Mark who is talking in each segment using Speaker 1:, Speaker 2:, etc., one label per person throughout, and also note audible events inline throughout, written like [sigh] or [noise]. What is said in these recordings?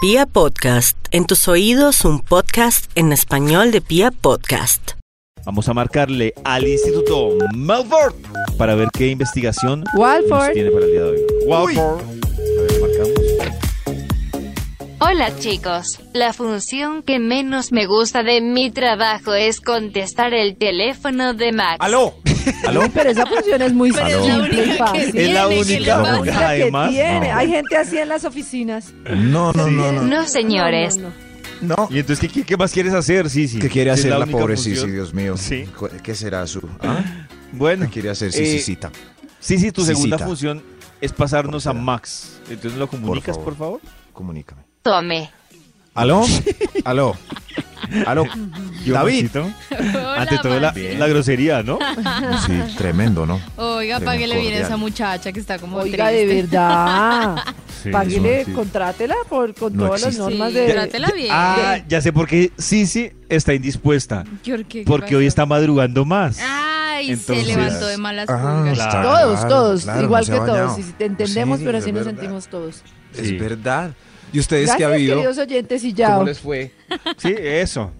Speaker 1: Pia Podcast, en tus oídos un podcast en español de Pia Podcast.
Speaker 2: Vamos a marcarle al Instituto Melford para ver qué investigación
Speaker 3: Walford.
Speaker 2: nos tiene para el día de hoy. Walford. A ver, marcamos.
Speaker 4: Hola chicos, la función que menos me gusta de mi trabajo es contestar el teléfono de Max.
Speaker 2: ¡Aló!
Speaker 5: [laughs]
Speaker 2: ¿Aló?
Speaker 3: Pero esa función es muy
Speaker 6: Ah,
Speaker 5: Pero es la
Speaker 3: simple
Speaker 5: única
Speaker 3: y
Speaker 5: que
Speaker 3: fácil.
Speaker 2: Es la
Speaker 5: Tiene que
Speaker 2: única
Speaker 5: la
Speaker 3: única
Speaker 2: boca,
Speaker 3: que
Speaker 2: además.
Speaker 3: tiene.
Speaker 2: no.
Speaker 3: Hay gente así en las oficinas.
Speaker 6: No, no, no, no.
Speaker 4: No señores,
Speaker 3: No, no,
Speaker 6: no.
Speaker 2: ¿Y entonces ¿qué- qué, qué más quieres hacer, sí, sí?
Speaker 6: ¿Qué quiere
Speaker 2: Si es
Speaker 6: hacer la,
Speaker 2: única
Speaker 6: pobre
Speaker 2: función.
Speaker 6: Sisi, Dios mío?
Speaker 2: Sí.
Speaker 6: ¿Qué será su...? ¿Ah?
Speaker 2: Bueno,
Speaker 6: ¿Qué quiere hacer
Speaker 2: Eh,
Speaker 6: Sisicita?
Speaker 2: sí, sí, tu segunda
Speaker 6: Sisita.
Speaker 2: función es pasarnos a
Speaker 6: Por favor.
Speaker 2: Max. Entonces lo comunicas, por
Speaker 6: Por
Speaker 2: favor.
Speaker 6: Comunícame.
Speaker 4: tome.
Speaker 6: ¿Aló? ¿Aló? ¿Aló? David.
Speaker 2: Maxito,
Speaker 5: Hola,
Speaker 2: Ante todo la,
Speaker 5: Maxi.
Speaker 2: la grosería,
Speaker 5: [laughs]
Speaker 2: ¿no?
Speaker 6: Sí, tremendo, ¿no?
Speaker 5: Oiga,
Speaker 6: Pero
Speaker 5: páguele bien a
Speaker 6: cordial.
Speaker 5: esa muchacha que está como
Speaker 3: no. Oiga, de
Speaker 5: triste.
Speaker 3: verdad.
Speaker 2: Sí.
Speaker 3: Páguele,
Speaker 6: eso [laughs] sí.
Speaker 3: contrátela por, con
Speaker 6: No
Speaker 3: todas las
Speaker 6: existe.
Speaker 3: normas
Speaker 5: Sí,
Speaker 3: de...
Speaker 5: trátela bien.
Speaker 2: Ah, ya sé por qué Sisi está indispuesta.
Speaker 5: ¿Por qué? ¿Qué
Speaker 2: Porque
Speaker 5: pasó? Ah,
Speaker 2: hoy está madrugando más.
Speaker 5: Ay,
Speaker 2: Entonces-
Speaker 5: se levantó de malas
Speaker 6: Ah,
Speaker 2: Claro.
Speaker 5: pulgas.
Speaker 6: está
Speaker 3: Todos,
Speaker 6: claro,
Speaker 3: todos,
Speaker 6: claro,
Speaker 3: igual
Speaker 6: no se
Speaker 3: que
Speaker 6: ha
Speaker 3: todos.
Speaker 6: bañado.
Speaker 3: Sí, sí, te entendemos,
Speaker 6: Sí,
Speaker 3: pero así
Speaker 6: es
Speaker 3: nos
Speaker 6: verdad.
Speaker 3: sentimos todos.
Speaker 2: Sí.
Speaker 6: Es verdad. ¿Y ustedes qué ha
Speaker 3: Gracias,
Speaker 6: habido?
Speaker 3: queridos oyentes, y ya.
Speaker 6: fue?
Speaker 2: Sí, eso.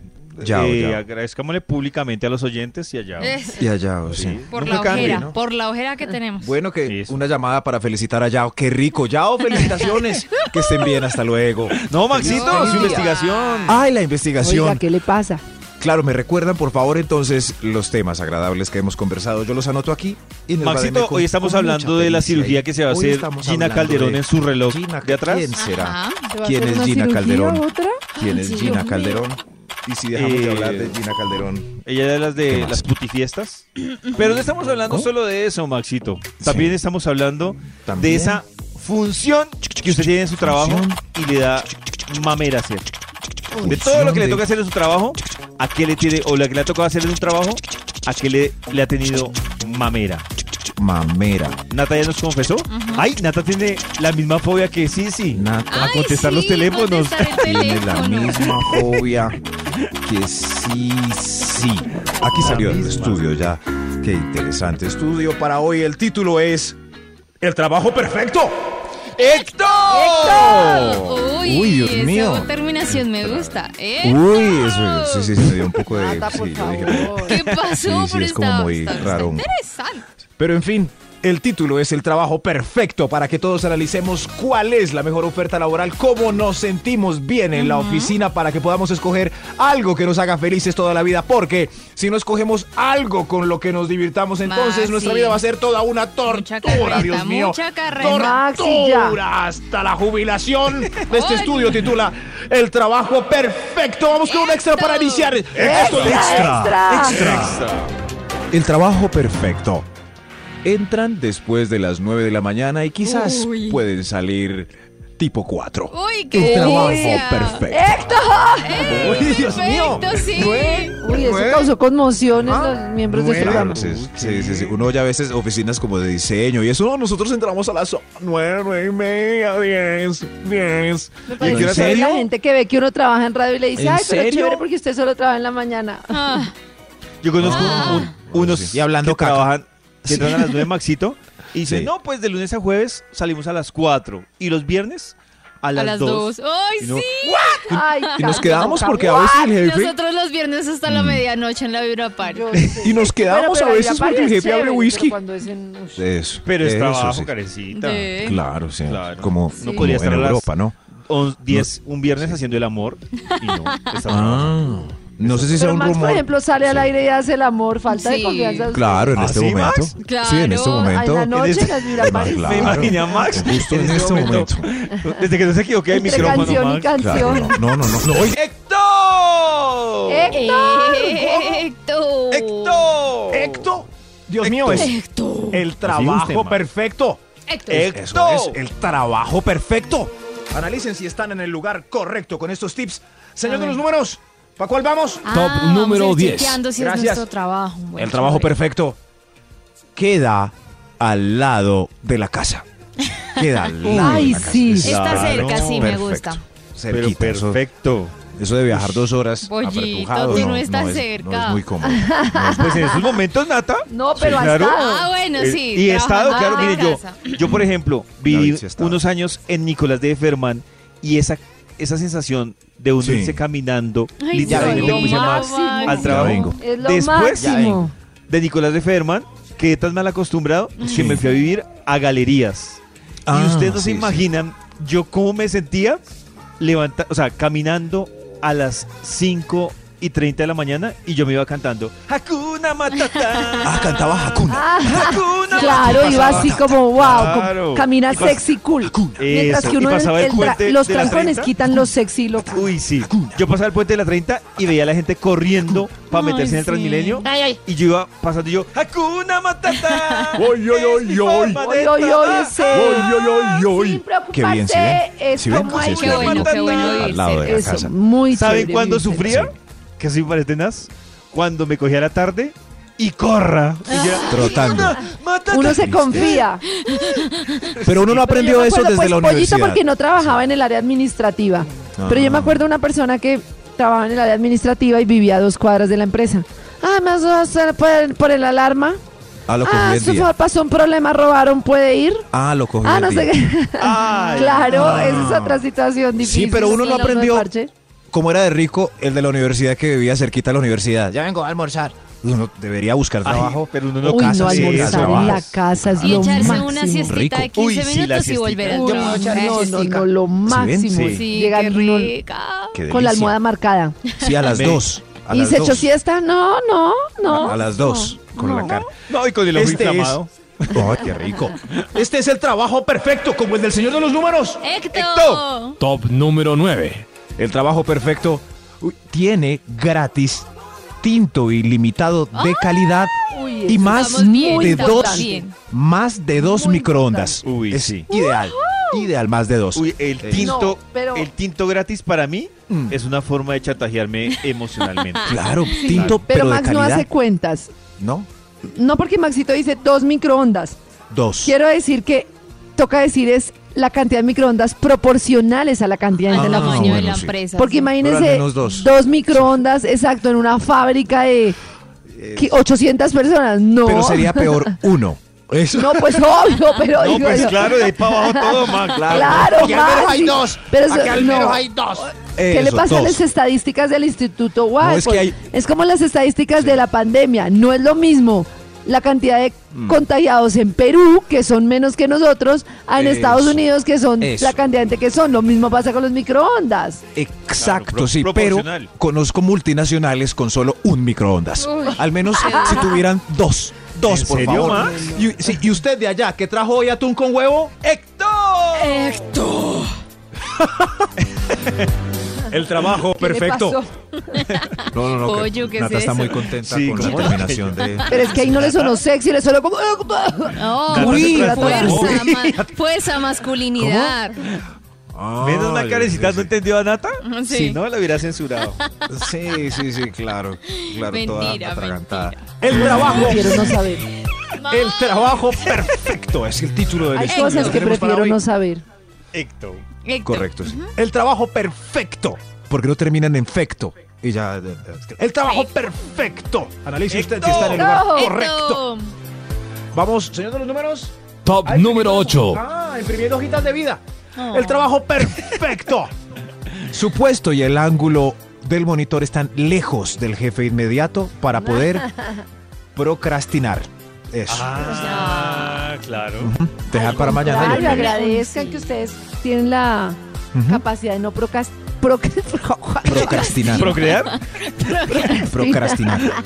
Speaker 6: Yao,
Speaker 2: Eh,
Speaker 6: yao.
Speaker 2: Agradezcámosle públicamente a los oyentes y allá.
Speaker 5: Eh,
Speaker 6: Y allá, o sí.
Speaker 2: Sí.
Speaker 5: por
Speaker 2: Nunca
Speaker 5: la
Speaker 2: cambie,
Speaker 5: ojera,
Speaker 6: ¿no?
Speaker 5: por la ojera que tenemos.
Speaker 6: Bueno, que
Speaker 2: Eso.
Speaker 6: una llamada para felicitar a Yao. ¡Qué rico! ¡Yao, felicitaciones! que estén bien, hasta luego.
Speaker 2: No, Maxito,
Speaker 5: No.
Speaker 2: su investigación.
Speaker 6: ¡Ay, la
Speaker 3: Oiga,
Speaker 6: investigación!
Speaker 3: ¿qué le pasa?
Speaker 6: Claro, me recuerdan, por favor, entonces, los temas agradables que hemos conversado. Yo los anoto aquí. Y nos va a
Speaker 2: Maxito,
Speaker 6: venir con-
Speaker 2: hoy estamos
Speaker 6: con
Speaker 2: hablando
Speaker 6: mucha
Speaker 2: de la
Speaker 6: felicidad.
Speaker 2: cirugía que se va a
Speaker 6: Hoy
Speaker 2: hacer
Speaker 6: estamos
Speaker 2: Gina
Speaker 6: hablando
Speaker 2: Calderón
Speaker 6: de
Speaker 2: en su reloj
Speaker 6: Gina,
Speaker 2: de atrás.
Speaker 6: ¿Quién será?
Speaker 5: Ajá.
Speaker 3: ¿Se va a
Speaker 6: ¿Quién
Speaker 3: hacer
Speaker 6: es
Speaker 3: una
Speaker 6: Gina
Speaker 3: cirugía,
Speaker 6: Calderón?
Speaker 3: otra?
Speaker 6: ¿Quién es
Speaker 5: Dios
Speaker 6: Gina
Speaker 5: mío.
Speaker 6: Calderón? Y si dejamos
Speaker 2: Eh,
Speaker 6: de hablar de Gina Calderón.
Speaker 2: Ella de las
Speaker 6: ¿Qué
Speaker 2: de
Speaker 6: más?
Speaker 2: las
Speaker 6: [clears throat]
Speaker 2: putifiestas. Pero no estamos hablando
Speaker 6: ¿Cómo?
Speaker 2: solo de eso, Maxito. También
Speaker 6: Sí.
Speaker 2: estamos hablando de
Speaker 6: También.
Speaker 2: esa función que usted tiene en su trabajo
Speaker 6: Función.
Speaker 2: y le da mamera hacer. De todo lo que le toca hacer en su trabajo, a qué le tiene, o la que le ha tocado hacer en su trabajo, a qué le, le ha tenido mamera.
Speaker 6: Mamera.
Speaker 2: Nata ya nos confesó. Ay, Nata tiene la misma fobia que sí, sí.
Speaker 6: Nata
Speaker 2: a contestar los teléfonos.
Speaker 5: contestar
Speaker 6: [laughs]
Speaker 5: el
Speaker 6: tiene la
Speaker 5: teléfono.
Speaker 6: misma fobia que sí, sí. Aquí salió el estudio ya. Qué interesante estudio para hoy. El título es El trabajo perfecto. ¡Héctor!
Speaker 5: ¡Oh! Uy,
Speaker 6: Uy, Dios
Speaker 5: esa
Speaker 6: mío.
Speaker 5: terminación me gusta. ¿eh?
Speaker 6: Uy, eso sí, sí, sí, me dio un poco de.
Speaker 3: Nata, por
Speaker 6: sí, yo dije,
Speaker 3: favor.
Speaker 5: ¿Qué
Speaker 6: Sí,
Speaker 5: pasó?
Speaker 6: sí,
Speaker 5: Pero
Speaker 6: es como
Speaker 5: estaba
Speaker 6: muy
Speaker 5: bastante
Speaker 6: raro.
Speaker 5: Interesante.
Speaker 6: Pero en fin, el título es El trabajo perfecto para que todos analicemos cuál es la mejor oferta laboral, cómo nos sentimos bien en la oficina para que podamos escoger algo que nos haga felices toda la vida. Porque si no escogemos algo con lo que nos divirtamos, entonces
Speaker 5: Maxi.
Speaker 6: nuestra vida va a ser toda una
Speaker 5: Mucha
Speaker 6: tortura,
Speaker 5: carreta,
Speaker 6: Dios mío.
Speaker 5: mucha carreta.
Speaker 3: Maxi, ya.
Speaker 6: Tortura hasta la jubilación. De este
Speaker 5: Oye.
Speaker 6: estudio titula El trabajo perfecto. Vamos con un extra para
Speaker 5: Esto.
Speaker 6: iniciar.
Speaker 3: extra.
Speaker 6: El trabajo perfecto. Entran después de las 9 de la mañana y quizás
Speaker 5: Uy.
Speaker 6: pueden salir tipo 4.
Speaker 5: Uy,
Speaker 6: El
Speaker 5: qué
Speaker 6: trabajo
Speaker 5: delicia.
Speaker 6: perfecto. [laughs]
Speaker 5: ¡Ey,
Speaker 6: Uy, Dios mío.
Speaker 5: perfecto, sí.
Speaker 3: Uy,
Speaker 6: ¿Eh?
Speaker 3: eso causó conmoción
Speaker 6: Ah,
Speaker 3: en los miembros de este programa.
Speaker 6: Claro, sí, sí, sí, sí. Uno ya a veces oficinas como de diseño y eso no, nosotros entramos a las 9, 9 y media, 10, 10.
Speaker 3: Me
Speaker 6: ¿Y a qué
Speaker 3: parece
Speaker 6: hora
Speaker 3: chévere
Speaker 6: salió?
Speaker 3: la gente que ve que uno trabaja en radio y le dice,
Speaker 6: ¿En
Speaker 3: ay, pero
Speaker 6: serio?
Speaker 3: chévere porque usted solo trabaja en la mañana.
Speaker 6: [laughs]
Speaker 3: [laughs]
Speaker 5: Ah,
Speaker 2: Yo conozco un- un- unos
Speaker 6: Sí. Y hablando
Speaker 2: que
Speaker 6: caca.
Speaker 2: trabajan, que entran a las 9 Maxito, y dicen,
Speaker 6: Sí.
Speaker 2: no, pues de lunes a jueves salimos a las 4 y los viernes a
Speaker 5: a
Speaker 2: las,
Speaker 5: las
Speaker 2: 2.
Speaker 5: dos. ¡Ay,
Speaker 2: Y no-
Speaker 5: sí!
Speaker 3: Ay, [laughs]
Speaker 6: Y nos
Speaker 3: cállate,
Speaker 6: quedamos
Speaker 3: boca.
Speaker 6: porque a veces el Mm. jefe...
Speaker 5: Nosotros los viernes hasta la medianoche en la Vibra Park.
Speaker 3: Yo sé.
Speaker 6: [laughs] Y nos quedamos
Speaker 3: Bueno, pero
Speaker 6: a
Speaker 3: ahí
Speaker 6: veces
Speaker 3: la
Speaker 6: porque el
Speaker 3: paga es
Speaker 6: jefe abre
Speaker 3: chévere,
Speaker 6: whisky.
Speaker 3: pero cuando es en- Ush.
Speaker 6: Eso.
Speaker 2: Pero es
Speaker 6: eso
Speaker 2: trabajo,
Speaker 6: sí.
Speaker 2: carecita.
Speaker 5: De-
Speaker 6: Claro, sí.
Speaker 2: Claro.
Speaker 6: Como,
Speaker 2: No
Speaker 6: como
Speaker 2: podría estar
Speaker 6: en
Speaker 2: a las-
Speaker 6: Europa, ¿no?
Speaker 2: O- diez- un viernes haciendo el amor y no. está trabajando.
Speaker 6: Ah, no sé si sea
Speaker 3: Pero
Speaker 6: un
Speaker 3: Max, por
Speaker 6: rumor.
Speaker 3: ejemplo, sale al aire y hace el amor, falta de
Speaker 5: Sí.
Speaker 3: confianza. de
Speaker 6: Claro, en
Speaker 2: ¿Ah,
Speaker 6: este
Speaker 2: sí,
Speaker 6: momento.
Speaker 2: Max?
Speaker 6: Sí, en este
Speaker 5: Claro.
Speaker 3: ustedes.
Speaker 6: momento.
Speaker 3: En la noche
Speaker 2: este-
Speaker 3: en las
Speaker 6: Max,
Speaker 3: Virapares.
Speaker 6: [laughs] claro.
Speaker 2: Me imaginé a Max.
Speaker 6: Justo en este momento.
Speaker 2: Desde que no se equivoqué el
Speaker 3: Entre
Speaker 2: micrófono,
Speaker 3: canción y
Speaker 2: Max.
Speaker 6: Claro,
Speaker 3: canción.
Speaker 6: no, no, no, no. Oye,
Speaker 2: ¡Héctor!
Speaker 3: Eh,
Speaker 5: ¡Héctor!
Speaker 2: ¡Héctor!
Speaker 6: Héctor, Dios mío, es el
Speaker 2: usted, Max.
Speaker 6: trabajo perfecto.
Speaker 5: ¡Héctor!
Speaker 2: Eh,
Speaker 6: Eso es,
Speaker 2: ¡Héctor!
Speaker 6: el trabajo perfecto. Analicen si están en el lugar correcto con estos tips. Señor de los números, ¿para cuál vamos?
Speaker 5: Ah, vamos
Speaker 6: número
Speaker 5: a ir
Speaker 6: 10.
Speaker 5: chequeando si es
Speaker 6: Gracias.
Speaker 5: nuestro trabajo. Bueno,
Speaker 6: El trabajo
Speaker 5: chévere.
Speaker 6: perfecto queda al lado de la casa. Queda
Speaker 5: [laughs]
Speaker 6: al lado de
Speaker 3: Ay,
Speaker 6: la casa.
Speaker 3: sí.
Speaker 6: Es
Speaker 5: Está
Speaker 6: claro.
Speaker 5: cerca, sí, me
Speaker 6: Perfecto.
Speaker 5: gusta.
Speaker 2: Pero
Speaker 6: Cerquita, eso-
Speaker 2: perfecto.
Speaker 6: Eso de viajar dos horas
Speaker 5: Pollito,
Speaker 6: apretujado,
Speaker 5: tú no estás
Speaker 6: es-
Speaker 5: cerca.
Speaker 6: no es muy
Speaker 5: [laughs]
Speaker 6: cómodo. No es-
Speaker 2: Pues en esos momentos, Nata.
Speaker 3: No,
Speaker 2: Sí,
Speaker 3: pero ha
Speaker 2: claro.
Speaker 3: estado.
Speaker 5: Ah, bueno,
Speaker 2: eh,
Speaker 5: sí.
Speaker 2: y he estado, claro,
Speaker 5: trabajando
Speaker 2: mire,
Speaker 5: en
Speaker 2: yo,
Speaker 5: casa.
Speaker 2: yo por ejemplo, viví
Speaker 6: David sí ha estado.
Speaker 2: unos años en Nicolás de Ferman y esa esa sensación de uno
Speaker 6: Sí.
Speaker 2: irse caminando
Speaker 5: Ay,
Speaker 2: literalmente
Speaker 6: soy lo
Speaker 2: como dice Max,
Speaker 5: máximo.
Speaker 2: al trabajo.
Speaker 6: Ya vengo.
Speaker 3: Es lo
Speaker 2: Después
Speaker 6: Ya
Speaker 3: máximo.
Speaker 6: vengo.
Speaker 2: de Nicolás de Ferman, quedé tan mal acostumbrado
Speaker 6: Sí.
Speaker 2: que me fui a vivir a galerías.
Speaker 6: Ah,
Speaker 2: y ustedes no
Speaker 6: sí,
Speaker 2: se
Speaker 6: sí.
Speaker 2: imaginan yo cómo me sentía levanta, o sea, caminando a las 5 y 30 de la mañana y yo me iba cantando Hakuna Matata.
Speaker 6: Ah, cantaba Hakuna. [laughs]
Speaker 3: Ah,
Speaker 2: Hakuna
Speaker 3: claro, iba así como, wow,
Speaker 2: Claro.
Speaker 3: como camina
Speaker 2: Y pas-
Speaker 3: sexy cool. Mientras
Speaker 2: Eso,
Speaker 3: que
Speaker 2: y
Speaker 3: uno en
Speaker 2: pasaba el
Speaker 3: el tra-
Speaker 2: puente
Speaker 3: los
Speaker 2: de la
Speaker 3: trancones
Speaker 2: 30.
Speaker 3: quitan lo sexy y lo cool.
Speaker 2: Uy, sí. Yo pasaba el puente de la 30 y veía a la gente corriendo para
Speaker 5: Ay,
Speaker 2: meterse en el
Speaker 5: sí.
Speaker 2: Transmilenio. Y yo iba pasando y yo, ¡Hakuna Matata!
Speaker 6: [laughs] Oy, oy, oy,
Speaker 2: Es mi
Speaker 6: oy.
Speaker 2: forma de
Speaker 3: Oy, oy, oy,
Speaker 2: trabajar.
Speaker 3: ese.
Speaker 6: Oy, oy, oy, oy.
Speaker 3: Sin preocuparse,
Speaker 6: Qué bien, ¿sí ven?
Speaker 3: es
Speaker 6: ¿Sí ven?
Speaker 3: como
Speaker 6: Sí,
Speaker 3: hay
Speaker 6: es
Speaker 5: Qué
Speaker 6: la
Speaker 5: bueno,
Speaker 6: hermanita.
Speaker 5: qué bueno
Speaker 6: Al lado de
Speaker 5: vivirse.
Speaker 6: la
Speaker 3: Eso,
Speaker 6: casa.
Speaker 3: muy
Speaker 2: ¿Saben
Speaker 3: chévere
Speaker 2: cuándo
Speaker 3: vivirse.
Speaker 2: sufría? Que soy parece tenaz. Cuando me cogía la tarde y corra. Y yo,
Speaker 3: Ah,
Speaker 6: Trotando.
Speaker 2: "Hakuna Matata".
Speaker 3: Uno se
Speaker 6: Triste.
Speaker 3: confía.
Speaker 6: Pero uno no
Speaker 3: Yo
Speaker 6: aprendió
Speaker 3: me
Speaker 6: eso
Speaker 3: acuerdo,
Speaker 6: desde
Speaker 3: pues,
Speaker 6: la
Speaker 3: pollito
Speaker 6: universidad.
Speaker 3: porque no trabajaba en el área administrativa.
Speaker 6: Ah.
Speaker 3: Pero yo me acuerdo una persona que trabajaba en el área administrativa y vivía a dos cuadras de la empresa. Ah, me vas a hacer por, por el alarma.
Speaker 6: Ah, lo
Speaker 3: Ah,
Speaker 6: cogí el
Speaker 3: su
Speaker 6: día.
Speaker 3: papá pasó un problema, robaron, puede ir.
Speaker 6: Ah, lo cogí
Speaker 3: Ah,
Speaker 6: el
Speaker 3: no sé
Speaker 6: día.
Speaker 3: qué.
Speaker 2: Ay,
Speaker 3: [laughs] claro,
Speaker 6: Ah.
Speaker 3: esa es otra situación difícil.
Speaker 6: pero uno no
Speaker 3: de
Speaker 6: aprendió.
Speaker 3: parche.
Speaker 6: Como era de rico el de la universidad que vivía cerquita de la universidad. Ya vengo a almorzar. Uno debería buscar
Speaker 2: Ay,
Speaker 6: trabajo.
Speaker 2: pero uno no
Speaker 3: Uy,
Speaker 6: casa,
Speaker 3: no
Speaker 6: sí,
Speaker 3: almorzar en la
Speaker 6: trabajas.
Speaker 3: casa es
Speaker 5: Y
Speaker 3: lo
Speaker 5: echarse
Speaker 3: máximo.
Speaker 5: una siestita de
Speaker 6: Rico.
Speaker 5: 15
Speaker 2: Uy, sí, la
Speaker 5: minutos y
Speaker 2: siestita.
Speaker 5: volver al
Speaker 3: Uy,
Speaker 5: trabajo.
Speaker 3: no, no, no,
Speaker 5: Sí,
Speaker 3: lo máximo.
Speaker 6: Sí.
Speaker 5: Sí,
Speaker 3: Llegar
Speaker 5: qué
Speaker 3: uno
Speaker 5: rica.
Speaker 6: Qué
Speaker 3: con la
Speaker 6: delicia.
Speaker 3: almohada marcada.
Speaker 6: Sí, [laughs] a las
Speaker 2: Ve.
Speaker 6: dos. A
Speaker 3: ¿Y
Speaker 6: las
Speaker 3: se
Speaker 6: dos.
Speaker 3: echó siesta? No, no, no.
Speaker 6: A las dos. Con la cara.
Speaker 2: No, y con el ojo
Speaker 6: Este es-
Speaker 2: inflamado.
Speaker 6: [laughs] ¡Ay, qué rico! Este es el trabajo perfecto, como el del señor de los números. Ah,
Speaker 5: ¡Héctor!
Speaker 7: Top número 9.
Speaker 6: El trabajo perfecto uy, tiene gratis tinto ilimitado de calidad
Speaker 3: Uy,
Speaker 6: y
Speaker 3: eso
Speaker 6: más
Speaker 5: estamos bien,
Speaker 6: de
Speaker 5: estamos
Speaker 6: dos,
Speaker 5: bien.
Speaker 6: más de dos
Speaker 3: Muy
Speaker 6: microondas.
Speaker 2: importante. Uy,
Speaker 6: es
Speaker 2: sí.
Speaker 6: ideal, ideal más de dos.
Speaker 2: Uy, el tinto,
Speaker 3: No, pero-
Speaker 2: el tinto gratis para mí
Speaker 6: Mm.
Speaker 2: es una forma de chantajearme
Speaker 3: [laughs]
Speaker 2: emocionalmente.
Speaker 6: Claro, tinto
Speaker 3: Pero,
Speaker 6: pero,
Speaker 3: Max
Speaker 6: de
Speaker 3: no
Speaker 6: calidad.
Speaker 3: hace cuentas.
Speaker 6: No,
Speaker 3: No porque Maxito dice dos microondas.
Speaker 6: dos.
Speaker 3: Quiero decir que toca decir es la cantidad de microondas proporcionales a la cantidad
Speaker 5: Al
Speaker 3: de
Speaker 6: Ah,
Speaker 3: la
Speaker 5: tamaño
Speaker 3: familia.
Speaker 5: de la
Speaker 6: bueno, sí.
Speaker 5: empresa.
Speaker 3: Porque
Speaker 5: sí.
Speaker 3: imagínense
Speaker 6: Pero al menos dos.
Speaker 3: microondas, exacto, en una fábrica de que 800 personas. No,
Speaker 6: Pero sería peor uno. Eso.
Speaker 3: [laughs] no, pues obvio, pero
Speaker 2: No,
Speaker 3: digo
Speaker 2: pues
Speaker 3: yo,
Speaker 2: claro, de ahí para abajo todo,
Speaker 5: [laughs]
Speaker 2: Max.
Speaker 3: Claro, Maxi, pero eso- no. ¿Qué le
Speaker 6: Eso,
Speaker 3: pasa a
Speaker 6: dos.
Speaker 3: las estadísticas del Instituto Wow?
Speaker 6: No, es que hay-
Speaker 3: es como las estadísticas de la pandemia, no es lo mismo la cantidad de
Speaker 6: Mm.
Speaker 3: contagiados en Perú, que son menos que nosotros, a en
Speaker 6: Eso.
Speaker 3: Estados Unidos, que son
Speaker 6: Eso.
Speaker 3: la cantidad de gente que son. Lo mismo pasa con los microondas.
Speaker 6: Exacto,
Speaker 2: Claro, pro-
Speaker 6: sí, pero
Speaker 2: proporcional.
Speaker 6: conozco multinacionales con solo un microondas. Al
Speaker 3: [laughs]
Speaker 6: menos si tuvieran dos. Dos,
Speaker 2: ¿En
Speaker 6: por
Speaker 2: serio,
Speaker 6: favor.
Speaker 2: Max?
Speaker 6: Y, sí, y usted de allá, que trajo hoy atún con huevo? ¡Héctor!
Speaker 3: Eh,
Speaker 6: El trabajo
Speaker 3: ¿Qué le
Speaker 6: perfecto.
Speaker 3: pasó?
Speaker 6: No, no, no.
Speaker 5: Pollo, ¿qué es
Speaker 6: Nata está
Speaker 5: eso?
Speaker 6: muy contenta
Speaker 2: Sí,
Speaker 6: con la
Speaker 2: ¿cómo?
Speaker 6: terminación de.
Speaker 3: Pero es que ahí no le sonó sexy, le sonó como... [laughs]
Speaker 5: Oh,
Speaker 2: Nada
Speaker 6: Uy,
Speaker 2: se transformó.
Speaker 5: fuerza,
Speaker 6: [laughs]
Speaker 5: ma- fuerza, masculinidad.
Speaker 6: Ah,
Speaker 2: Menos mal
Speaker 6: sí,
Speaker 2: que Karencita
Speaker 6: sí,
Speaker 2: no entendió a Nata.
Speaker 5: Sí.
Speaker 2: Si no, la hubiera censurado.
Speaker 6: Sí, sí, sí, claro. Claro, toda
Speaker 5: Mentira,
Speaker 6: atragantada. El trabajo.
Speaker 3: Prefiero no saber.
Speaker 6: El trabajo perfecto es el título del
Speaker 3: Hay
Speaker 6: estudio
Speaker 3: cosas que
Speaker 6: tenemos para
Speaker 3: prefiero
Speaker 6: hoy.
Speaker 3: no saber.
Speaker 2: Héctor.
Speaker 5: Héctor.
Speaker 6: Correcto, sí. El trabajo perfecto. Porque no terminan en fecto. Y ya. eh, eh, El trabajo perfecto. Analice usted si está en el lugar
Speaker 3: ¡No!
Speaker 6: correcto.
Speaker 5: Héctor.
Speaker 6: Vamos, señor de los números.
Speaker 7: Top
Speaker 6: Ah,
Speaker 7: número
Speaker 6: imprimiendo-
Speaker 7: 8.
Speaker 6: Ah, imprimiendo hojitas de vida.
Speaker 3: Ah.
Speaker 6: El trabajo perfecto. [laughs] Su puesto y el ángulo del monitor están lejos del jefe inmediato
Speaker 3: [laughs]
Speaker 6: para poder procrastinar. Eso.
Speaker 2: Ah, claro.
Speaker 6: Dejar para mañana. y
Speaker 3: Claro,
Speaker 6: olvidar.
Speaker 3: agradezcan que ustedes tienen la
Speaker 6: Ujú.
Speaker 3: capacidad de no procrast... proc-
Speaker 6: Procrastinar.
Speaker 2: ¿Procrear?
Speaker 6: procrastinar. [laughs]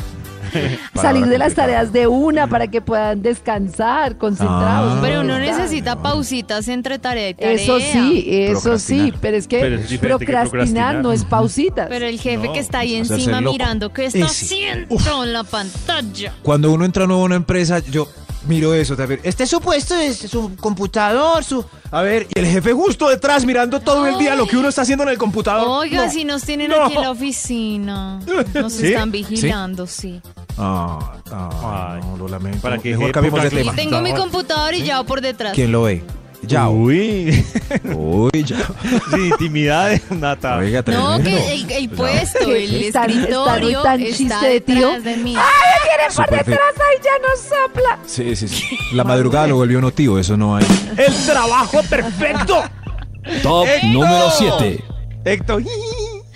Speaker 3: [laughs] salir de las
Speaker 6: Palabra
Speaker 3: tareas de una para que puedan descansar, concentrados.
Speaker 6: Ah.
Speaker 5: Pero uno
Speaker 3: estar.
Speaker 5: necesita pausitas entre tarea y tarea.
Speaker 3: Eso sí, eso sí,
Speaker 6: Procrastinar.
Speaker 3: pero es que
Speaker 2: Pero es diferente que
Speaker 3: procrastinar,
Speaker 2: procrastinar.
Speaker 3: no es pausitas.
Speaker 5: Pero el jefe
Speaker 2: No,
Speaker 5: que está ahí
Speaker 6: es hacerse
Speaker 5: encima
Speaker 6: loco.
Speaker 5: mirando qué está
Speaker 6: Ese.
Speaker 5: haciendo en la pantalla.
Speaker 6: Cuando uno entra nuevo a una empresa, yo miro eso también. Este es su puesto, este es su computador, su... A ver, y el jefe justo detrás mirando todo el día lo que uno está haciendo en el computador.
Speaker 5: Oiga,
Speaker 6: No.
Speaker 5: si nos tienen
Speaker 6: No.
Speaker 5: aquí en la oficina. Nos
Speaker 6: ¿Sí?
Speaker 5: están vigilando, sí.
Speaker 6: Ah, ah,
Speaker 2: Ay.
Speaker 6: no, lo lamento.
Speaker 2: Para que
Speaker 6: Mejor
Speaker 2: jefe
Speaker 6: cambiemos de
Speaker 2: ponga
Speaker 6: tema.
Speaker 5: Y tengo mi computador y ya por detrás.
Speaker 6: ¿Quién lo ve?
Speaker 2: [laughs]
Speaker 6: Ya.
Speaker 2: Uy.
Speaker 6: Uy, ya.
Speaker 2: Sin intimidad de Nata.
Speaker 6: Oiga,
Speaker 5: No,
Speaker 6: tremendo.
Speaker 5: que
Speaker 3: eh,
Speaker 5: el, el
Speaker 6: Ya.
Speaker 5: puesto, el
Speaker 3: Está- está
Speaker 5: escritorio
Speaker 3: tan
Speaker 5: está
Speaker 3: chiste de tío.
Speaker 5: detrás de mí.
Speaker 6: Por detrás
Speaker 3: ahí ya no sopla.
Speaker 6: Sí, sí, sí. La madrugada lo volvió uno
Speaker 8: Eh.
Speaker 6: tío, eso no hay. ¡El trabajo perfecto!
Speaker 7: Top número 7.
Speaker 2: Héctor.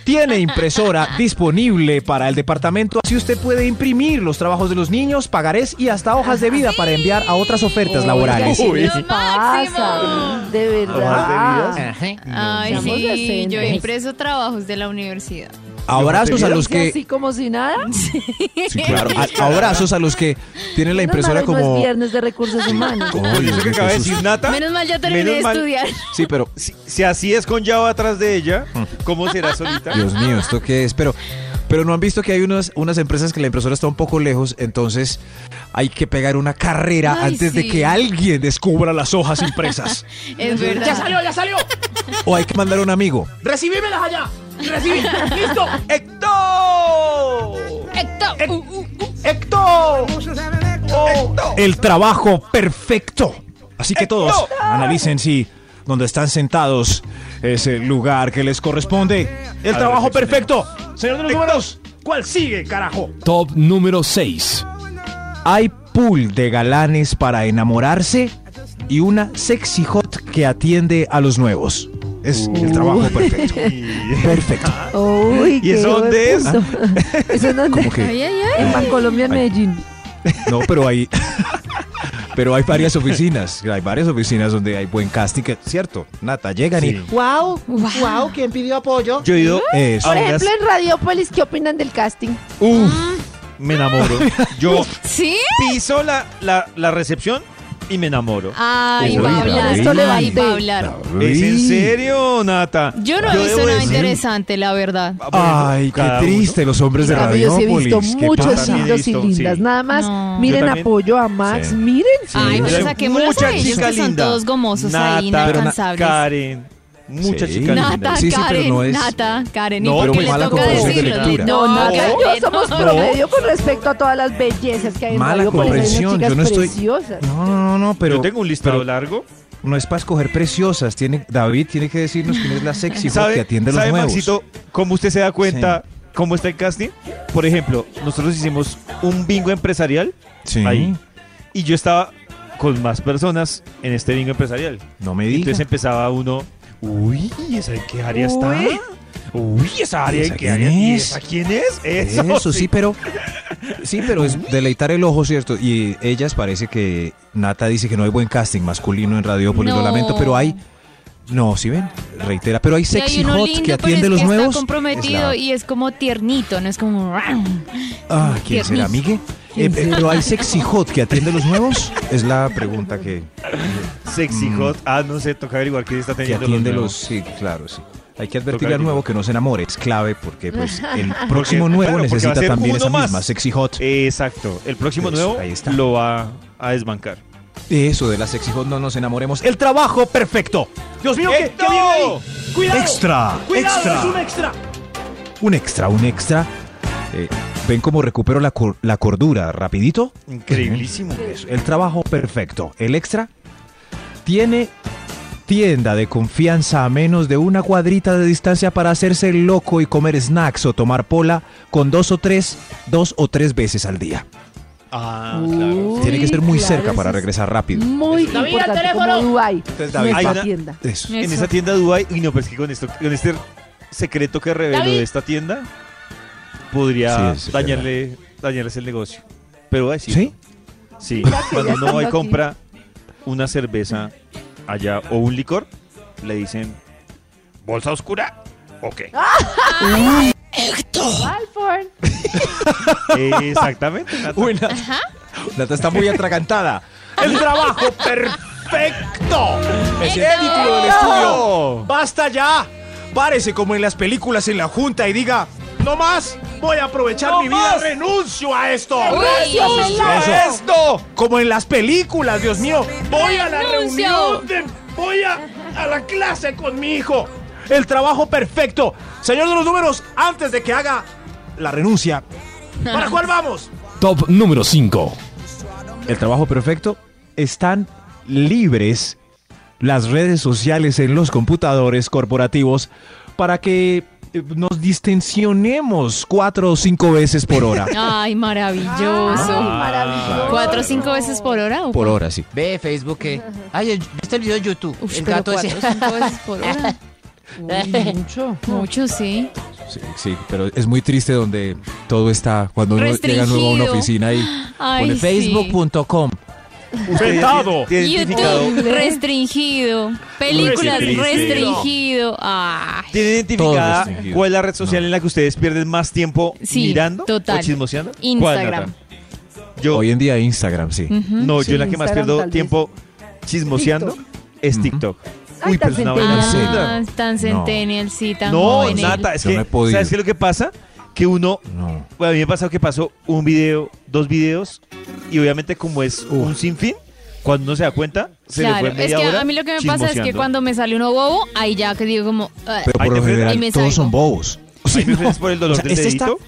Speaker 6: Tiene impresora
Speaker 3: [laughs]
Speaker 6: disponible para el departamento. Así usted puede imprimir los trabajos de los niños, pagarés y hasta hojas de vida para enviar a otras ofertas laborales.
Speaker 2: Uy.
Speaker 5: Lo
Speaker 3: Pasa,
Speaker 5: máximo.
Speaker 3: de Ah.
Speaker 2: Hojas
Speaker 3: verdad.
Speaker 5: Ay,
Speaker 3: Seamos
Speaker 5: sí, yo he
Speaker 3: decentes.
Speaker 5: impreso trabajos de la universidad.
Speaker 6: Abrazos a los
Speaker 3: ¿Que
Speaker 6: que
Speaker 3: así como si nada?
Speaker 6: Sí, claro. A- Abrazos a los que tienen la
Speaker 3: Menos mal
Speaker 6: impresora
Speaker 3: hoy no es
Speaker 6: como.
Speaker 3: viernes de recursos humanos.
Speaker 6: Oye,
Speaker 2: Eso que acaba de
Speaker 6: Jesús.
Speaker 2: decir Nata.
Speaker 5: Menos mal ya terminé
Speaker 2: menos
Speaker 5: de
Speaker 2: mal.
Speaker 5: estudiar.
Speaker 6: Sí, pero.
Speaker 2: Si, si así es con Java atrás de ella, ¿cómo será solita?
Speaker 6: Dios
Speaker 5: Ah,
Speaker 6: mío, ¿esto qué es? Pero, pero no han visto que hay unas, unas empresas que la impresora está un poco lejos, entonces hay que pegar una carrera
Speaker 5: Ay,
Speaker 6: antes de
Speaker 5: sí.
Speaker 6: que alguien descubra las hojas impresas.
Speaker 5: [laughs] Es verdad.
Speaker 7: ¡Ya salió, ya salió!
Speaker 6: o hay que mandar a un amigo.
Speaker 7: ¡Recibímelas allá! ¡Recibí!
Speaker 6: [laughs]
Speaker 7: ¡Listo!
Speaker 2: ¡Héctor!
Speaker 5: Héctor, uh, uh, uh.
Speaker 7: ¡Héctor!
Speaker 6: El trabajo perfecto. Así que todos analicen si donde están sentados es el lugar que les corresponde. El
Speaker 2: A ver,
Speaker 6: trabajo
Speaker 2: reflexionemos.
Speaker 6: perfecto. Señor de los números, ¿cuál sigue, carajo?
Speaker 8: Top número 6.
Speaker 6: Hay pool de galanes para enamorarse y una sexy hot que atiende a los nuevos. Es el trabajo
Speaker 2: [laughs]
Speaker 6: perfecto. Perfecto.
Speaker 3: Uy,
Speaker 2: ¿Y eso
Speaker 3: qué
Speaker 2: dónde
Speaker 3: buen
Speaker 2: es?
Speaker 3: punto. [laughs] ¿Eso es dónde?
Speaker 6: Como que
Speaker 5: Ay, ay, ay.
Speaker 3: En Bancolombia, en Medellín.
Speaker 6: no, pero hay [laughs] pero hay varias oficinas, hay varias oficinas donde hay buen casting, que- cierto. Nata llegan
Speaker 2: Sí.
Speaker 6: y
Speaker 7: ¡Wow! ¡Wow! ¿Quién pidió apoyo?
Speaker 2: Yo he ido eh,
Speaker 6: Eso.
Speaker 2: a
Speaker 3: Por
Speaker 2: unas-
Speaker 3: ejemplo, en Radiopolis, ¿qué opinan del casting?
Speaker 2: Uf, me enamoro. Yo
Speaker 5: ¿Sí?
Speaker 2: piso la, la, la recepción y me enamoro.
Speaker 5: Ah. Ay,
Speaker 6: Uy,
Speaker 5: va a hablar.
Speaker 6: esto
Speaker 3: le va a
Speaker 5: Ay,
Speaker 3: ir.
Speaker 5: va a hablar.
Speaker 2: ¿Es en serio, Nata?
Speaker 5: Yo no he visto
Speaker 2: debo
Speaker 5: nada
Speaker 2: decir-
Speaker 5: interesante, la verdad.
Speaker 6: Ay, qué
Speaker 2: Cada uno.
Speaker 6: triste los hombres de
Speaker 3: Cambio, yo sí he visto
Speaker 6: Radiopolis. ¿Qué
Speaker 3: muchos
Speaker 6: pasa?
Speaker 2: También he
Speaker 3: lindos y
Speaker 2: visto,
Speaker 3: lindas.
Speaker 2: sí.
Speaker 3: Nada más,
Speaker 5: No.
Speaker 3: miren
Speaker 2: Yo también.
Speaker 3: apoyo a Max,
Speaker 6: Sí.
Speaker 3: miren.
Speaker 5: Ay,
Speaker 2: Sí,
Speaker 5: pero saquemos los
Speaker 2: mucha
Speaker 5: a ellos
Speaker 2: chica
Speaker 5: que son
Speaker 2: linda.
Speaker 5: todos gomosos ahí,
Speaker 2: Nata, pero na-
Speaker 5: inalcansables.
Speaker 2: Karen. Mucha
Speaker 6: Sí.
Speaker 2: chica linda.
Speaker 5: Nata,
Speaker 6: Sí, sí, pero
Speaker 5: Karen,
Speaker 6: no es-
Speaker 5: Nata, Karen.
Speaker 2: No,
Speaker 5: ¿y
Speaker 2: pero
Speaker 5: por qué
Speaker 2: muy
Speaker 5: le
Speaker 2: mala
Speaker 5: toca
Speaker 2: comprensión de
Speaker 5: decirlo?
Speaker 6: lectura.
Speaker 3: No,
Speaker 5: No,
Speaker 3: Nata
Speaker 5: Karen,
Speaker 3: y yo somos
Speaker 5: no.
Speaker 3: promedio con respecto a todas las bellezas que hay en
Speaker 6: Mala
Speaker 3: Radiopolis. Hay unas
Speaker 6: comprensión,
Speaker 3: chicas
Speaker 6: yo no estoy-
Speaker 3: preciosas.
Speaker 6: No, no, no, no, pero
Speaker 2: Yo tengo un listado
Speaker 6: pero
Speaker 2: largo.
Speaker 6: no es para escoger preciosas. Tiene, David tiene que decirnos quién es la sexy
Speaker 2: [laughs]
Speaker 6: hot que
Speaker 2: ¿Sabe,
Speaker 6: atiende a los
Speaker 2: sabe,
Speaker 6: nuevos.
Speaker 2: Maxito, cómo usted se da cuenta cómo está el casting? Por ejemplo, nosotros hicimos un bingo empresarial
Speaker 6: Sí.
Speaker 2: ahí y yo estaba con más personas en este bingo empresarial.
Speaker 6: No me
Speaker 2: Entonces
Speaker 6: digas.
Speaker 2: empezaba uno, uy, ¿esa en qué área está? Uy, ¿esa área
Speaker 6: ¿Esa
Speaker 2: en qué
Speaker 6: quién
Speaker 2: área ¿Y
Speaker 6: es?
Speaker 2: esa quién es? Eso,
Speaker 6: Eso sí, pero sí, pero es deleitar el ojo, cierto. Y ellas parece que Nata dice que no hay buen casting masculino en Radiopolis, lo
Speaker 5: No.
Speaker 6: lamento, pero hay no, si ven, reitera, pero hay
Speaker 5: Y hay
Speaker 6: sexy
Speaker 5: uno
Speaker 6: hot
Speaker 5: lindo,
Speaker 6: que
Speaker 5: pero
Speaker 6: atiende
Speaker 5: es
Speaker 6: a los
Speaker 5: que
Speaker 6: nuevos.
Speaker 5: Está comprometido
Speaker 6: Es la-
Speaker 5: y es como tiernito, no es como.
Speaker 6: Ah, ¿quién será, Migue? Eh, eh, pero hay sexy hot que atiende a los nuevos. Es la pregunta que,
Speaker 2: Sexy
Speaker 6: Mm.
Speaker 2: hot. Ah, no sé, toca averiguar quién está
Speaker 6: que
Speaker 2: teniendo
Speaker 6: atiende los,
Speaker 2: nuevos.
Speaker 6: Sí, claro, sí. Hay que advertirle
Speaker 2: Toca
Speaker 6: al nuevo
Speaker 2: averiguar.
Speaker 6: que no se enamore. Es clave porque pues,
Speaker 5: [laughs]
Speaker 6: el próximo nuevo
Speaker 2: claro, porque va a
Speaker 6: necesita
Speaker 2: ser
Speaker 6: también
Speaker 2: uno
Speaker 6: esa
Speaker 2: más. Eh.
Speaker 6: misma sexy hot.
Speaker 2: Exacto. El próximo
Speaker 6: Eso,
Speaker 2: nuevo
Speaker 6: Pues, ahí está.
Speaker 2: lo va a desbancar.
Speaker 6: Eso de la sexy hot, no nos enamoremos. El trabajo perfecto. Dios mío, qué,
Speaker 2: ¡Héctor!
Speaker 6: qué bien ahí.
Speaker 7: ¡Cuidado!
Speaker 6: Extra,
Speaker 7: ¡Cuidado!
Speaker 6: extra.
Speaker 7: ¡Es un extra!
Speaker 6: Un extra, un extra. Eh, ¿Ven cómo recupero la, cor- la cordura rapidito? [laughs]
Speaker 2: Increíblísimo.
Speaker 6: Eso, El trabajo perfecto. El extra tiene tienda de confianza a menos de una cuadrita de distancia para hacerse el loco y comer snacks o tomar pola con dos o tres, dos o tres veces al día.
Speaker 2: Ah,
Speaker 3: Uy,
Speaker 6: tiene que ser muy
Speaker 3: claro,
Speaker 6: cerca para
Speaker 3: eso es
Speaker 6: regresar rápido.
Speaker 3: Muy
Speaker 7: David, al
Speaker 3: importante como
Speaker 7: teléfono.
Speaker 3: Dubai.
Speaker 6: Entonces, David,
Speaker 2: hay
Speaker 3: nuestra
Speaker 2: una-
Speaker 3: tienda.
Speaker 6: Eso.
Speaker 2: En esa tienda Dubai, y no, pero es que con esto, con este secreto que reveló
Speaker 7: David.
Speaker 2: de esta tienda, podría
Speaker 6: Sí, es
Speaker 2: dañarle, dañarles el negocio. Pero voy a decir,
Speaker 6: ¿Sí?
Speaker 2: sí,
Speaker 3: Mira que
Speaker 2: cuando
Speaker 3: ya
Speaker 2: uno va y
Speaker 3: estando
Speaker 2: compra una cerveza allá o un licor, le dicen bolsa oscura. Ok.
Speaker 3: [laughs] Alford. [laughs]
Speaker 2: Exactamente. Nata.
Speaker 6: Uy, Nata. Nata está muy atragantada. El trabajo perfecto. Es el título del estudio. Basta ya. Párese como en las películas en la junta y diga, no más, voy a aprovechar mi vida, renuncio a esto.
Speaker 5: ¡Renuncio
Speaker 6: a esto. Como en las películas, Dios mío. Voy a la
Speaker 5: ¡Renuncio!
Speaker 6: reunión, de- voy a, a la clase con mi hijo. El trabajo perfecto. Señor de los números, antes de que haga la renuncia, ¿para cuál vamos?
Speaker 8: Top número 5.
Speaker 6: El trabajo perfecto. Están libres las redes sociales en los computadores corporativos para que eh, nos distensionemos cuatro o cinco veces por
Speaker 5: [laughs]
Speaker 6: hora.
Speaker 5: Ay, maravilloso.
Speaker 2: Ah,
Speaker 5: ¿Cuatro o cinco veces por hora? ¿o
Speaker 6: por hora, sí.
Speaker 7: eh. este
Speaker 9: Ve Facebook, ¿qué? Ay, el- ¿viste el video de YouTube?
Speaker 5: Uf,
Speaker 9: el
Speaker 5: pero
Speaker 9: gato
Speaker 5: cuatro
Speaker 9: ese.
Speaker 5: o cinco veces por hora.
Speaker 7: Mucho.
Speaker 5: Mucho, sí.
Speaker 6: Sí, sí, pero es muy triste donde todo está, cuando uno llega nuevo a una
Speaker 5: Restringido.
Speaker 6: oficina y
Speaker 5: Ay,
Speaker 6: pone
Speaker 5: sí.
Speaker 6: facebook.com.
Speaker 2: Vetado. Identificado.
Speaker 5: YouTube restringido. Películas
Speaker 2: Restringido.
Speaker 5: restringido. Ay.
Speaker 2: ¿Tiene identificada
Speaker 6: restringido.
Speaker 2: cuál es la red social en la que ustedes pierden más tiempo
Speaker 5: Sí,
Speaker 2: mirando
Speaker 5: total.
Speaker 2: o chismoseando?
Speaker 5: Instagram.
Speaker 2: ¿Cuál, Nata? Yo,
Speaker 6: Hoy en día Instagram,
Speaker 5: Mm.
Speaker 6: sí.
Speaker 2: no,
Speaker 3: Sí,
Speaker 2: yo la que más
Speaker 3: Instagram,
Speaker 2: pierdo
Speaker 3: tal vez.
Speaker 2: tiempo chismoseando es TikTok.
Speaker 3: Ay,
Speaker 2: Uy,
Speaker 3: tan
Speaker 2: pero es una
Speaker 3: centennial.
Speaker 2: vaina
Speaker 5: Ah,
Speaker 2: linda.
Speaker 5: tan centennial, sí, tan
Speaker 2: No,
Speaker 5: joven.
Speaker 2: Nata, es
Speaker 6: Yo
Speaker 2: que,
Speaker 6: no he podido.
Speaker 2: ¿sabes qué es lo que pasa? Que uno,
Speaker 6: No.
Speaker 2: bueno, a mí me ha pasado que pasó un video, dos videos, y obviamente como es un sinfín, cuando uno se da cuenta, se le
Speaker 5: Claro,
Speaker 2: fue
Speaker 5: es
Speaker 2: media
Speaker 5: que
Speaker 2: hora
Speaker 5: a mí lo que me pasa es que
Speaker 2: chismoseando.
Speaker 5: cuando me sale uno bobo, ahí ya que digo como ah,
Speaker 6: Pero
Speaker 2: Ahí
Speaker 6: por
Speaker 2: te frenan.
Speaker 6: lo
Speaker 5: Ahí
Speaker 6: general
Speaker 5: me
Speaker 6: todos
Speaker 5: salgo.
Speaker 6: son bobos.
Speaker 2: Ay, me frenas por el dolor
Speaker 6: O sea,
Speaker 2: del
Speaker 6: este está-
Speaker 2: dedito.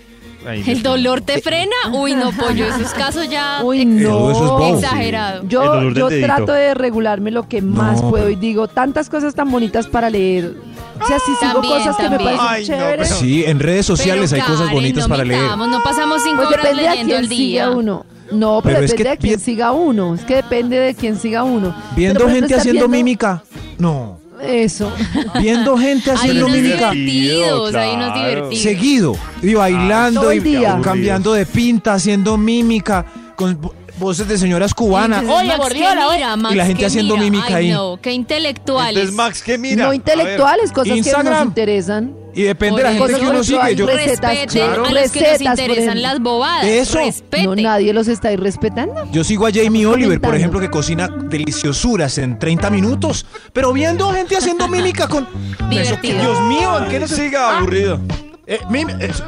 Speaker 2: Ahí me
Speaker 5: [laughs] el
Speaker 2: frenas.
Speaker 5: dolor te frena. Uy, no, pollo, esos casos ya
Speaker 3: Uy,
Speaker 5: ex-
Speaker 3: no.
Speaker 6: Eh, Todo eso es bobo.
Speaker 5: exagerado.
Speaker 2: El
Speaker 3: Yo,
Speaker 2: dolor del
Speaker 3: yo
Speaker 2: dedito.
Speaker 3: trato de regularme lo que más
Speaker 6: No,
Speaker 3: puedo
Speaker 6: pero-
Speaker 3: y digo tantas cosas tan bonitas para leer. O sea, si sigo
Speaker 5: También,
Speaker 3: cosas que
Speaker 5: también.
Speaker 3: me parecen
Speaker 2: Ay, no,
Speaker 3: chéveres,
Speaker 2: pero-
Speaker 6: Sí, en redes sociales
Speaker 5: Pero,
Speaker 6: hay cosas
Speaker 5: Karen,
Speaker 6: bonitas
Speaker 5: no
Speaker 6: para leer.
Speaker 5: mintamos, No pasamos cinco
Speaker 3: pues
Speaker 5: horas
Speaker 3: depende de
Speaker 5: leyendo al
Speaker 3: quién siga
Speaker 5: día.
Speaker 3: uno. No, pero,
Speaker 6: Pero es
Speaker 3: depende
Speaker 6: que
Speaker 3: de quién
Speaker 6: bien-
Speaker 3: siga uno. Es que depende de quién siga uno. Pero,
Speaker 6: Viendo
Speaker 3: por ejemplo,
Speaker 6: gente
Speaker 3: estar
Speaker 6: haciendo
Speaker 3: viendo-
Speaker 6: mímica. No. [laughs]
Speaker 3: Eso.
Speaker 6: Viendo gente
Speaker 5: Hay
Speaker 6: haciendo
Speaker 5: unos
Speaker 6: mímica.
Speaker 5: divertidos, hay unos
Speaker 2: Claro.
Speaker 5: divertidos.
Speaker 6: Seguido. Y bailando
Speaker 3: Todo
Speaker 6: y
Speaker 3: el día.
Speaker 6: cambiando de pinta, haciendo mímica. Con vo- voces de señoras cubanas.
Speaker 5: Entonces, Max,
Speaker 7: volvió
Speaker 5: ¿qué
Speaker 7: la hora.
Speaker 5: mira, Max,
Speaker 6: Y la gente
Speaker 5: ¿qué
Speaker 6: haciendo
Speaker 5: mira?
Speaker 6: mímica
Speaker 5: Ay,
Speaker 6: ahí. Este
Speaker 5: no, qué intelectuales.
Speaker 2: Entonces, Max, ¿qué mira? A
Speaker 3: no
Speaker 2: ver.
Speaker 3: intelectuales, cosas que nos
Speaker 6: Instagram.
Speaker 3: interesan.
Speaker 6: Y depende de la gente
Speaker 3: Cosas
Speaker 6: que uno
Speaker 3: por ejemplo,
Speaker 6: sigue. Yo,
Speaker 3: pues hay redes-
Speaker 5: respeten
Speaker 3: Recetas, claro.
Speaker 5: a los que les
Speaker 3: Recetas, por
Speaker 5: interesan
Speaker 3: ejemplo.
Speaker 5: las bobadas.
Speaker 6: Eso.
Speaker 5: Respeten.
Speaker 3: No, nadie los está irrespetando.
Speaker 6: yo sigo a Jamie
Speaker 3: Estamos
Speaker 6: Oliver, por
Speaker 3: comentando.
Speaker 6: ejemplo, que cocina deliciosuras en 30 minutos. Pero viendo gente haciendo mímica con. Eso que-
Speaker 5: Divertido.
Speaker 6: Dios mío, ¿en qué no se
Speaker 2: Siga aburrido.
Speaker 6: Eh, mim- es-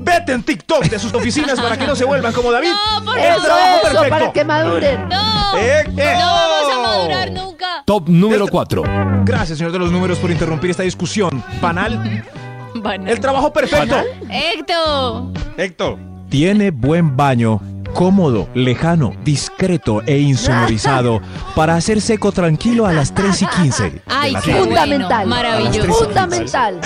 Speaker 6: vete en TikTok de sus oficinas para que no se vuelvan como David.
Speaker 5: No, por
Speaker 6: El
Speaker 3: Eso,
Speaker 6: trabajo
Speaker 3: eso,
Speaker 6: perfecto.
Speaker 3: para que maduren.
Speaker 5: No,
Speaker 2: ¡Eh, eh!
Speaker 5: no vamos a madurar nunca.
Speaker 8: Top número
Speaker 6: Esto-
Speaker 8: 4.
Speaker 6: Gracias, señor de los números, por interrumpir esta discusión. Panal,
Speaker 5: Bueno.
Speaker 6: el trabajo perfecto.
Speaker 5: Héctor.
Speaker 2: Héctor.
Speaker 6: Tiene buen baño, cómodo, lejano, discreto e insonorizado para hacer seco tranquilo a las 3 y 15. de
Speaker 5: Ay,
Speaker 6: la
Speaker 5: qué
Speaker 6: tarde.
Speaker 3: Fundamental.
Speaker 5: bueno, maravilloso.
Speaker 3: Fundamental.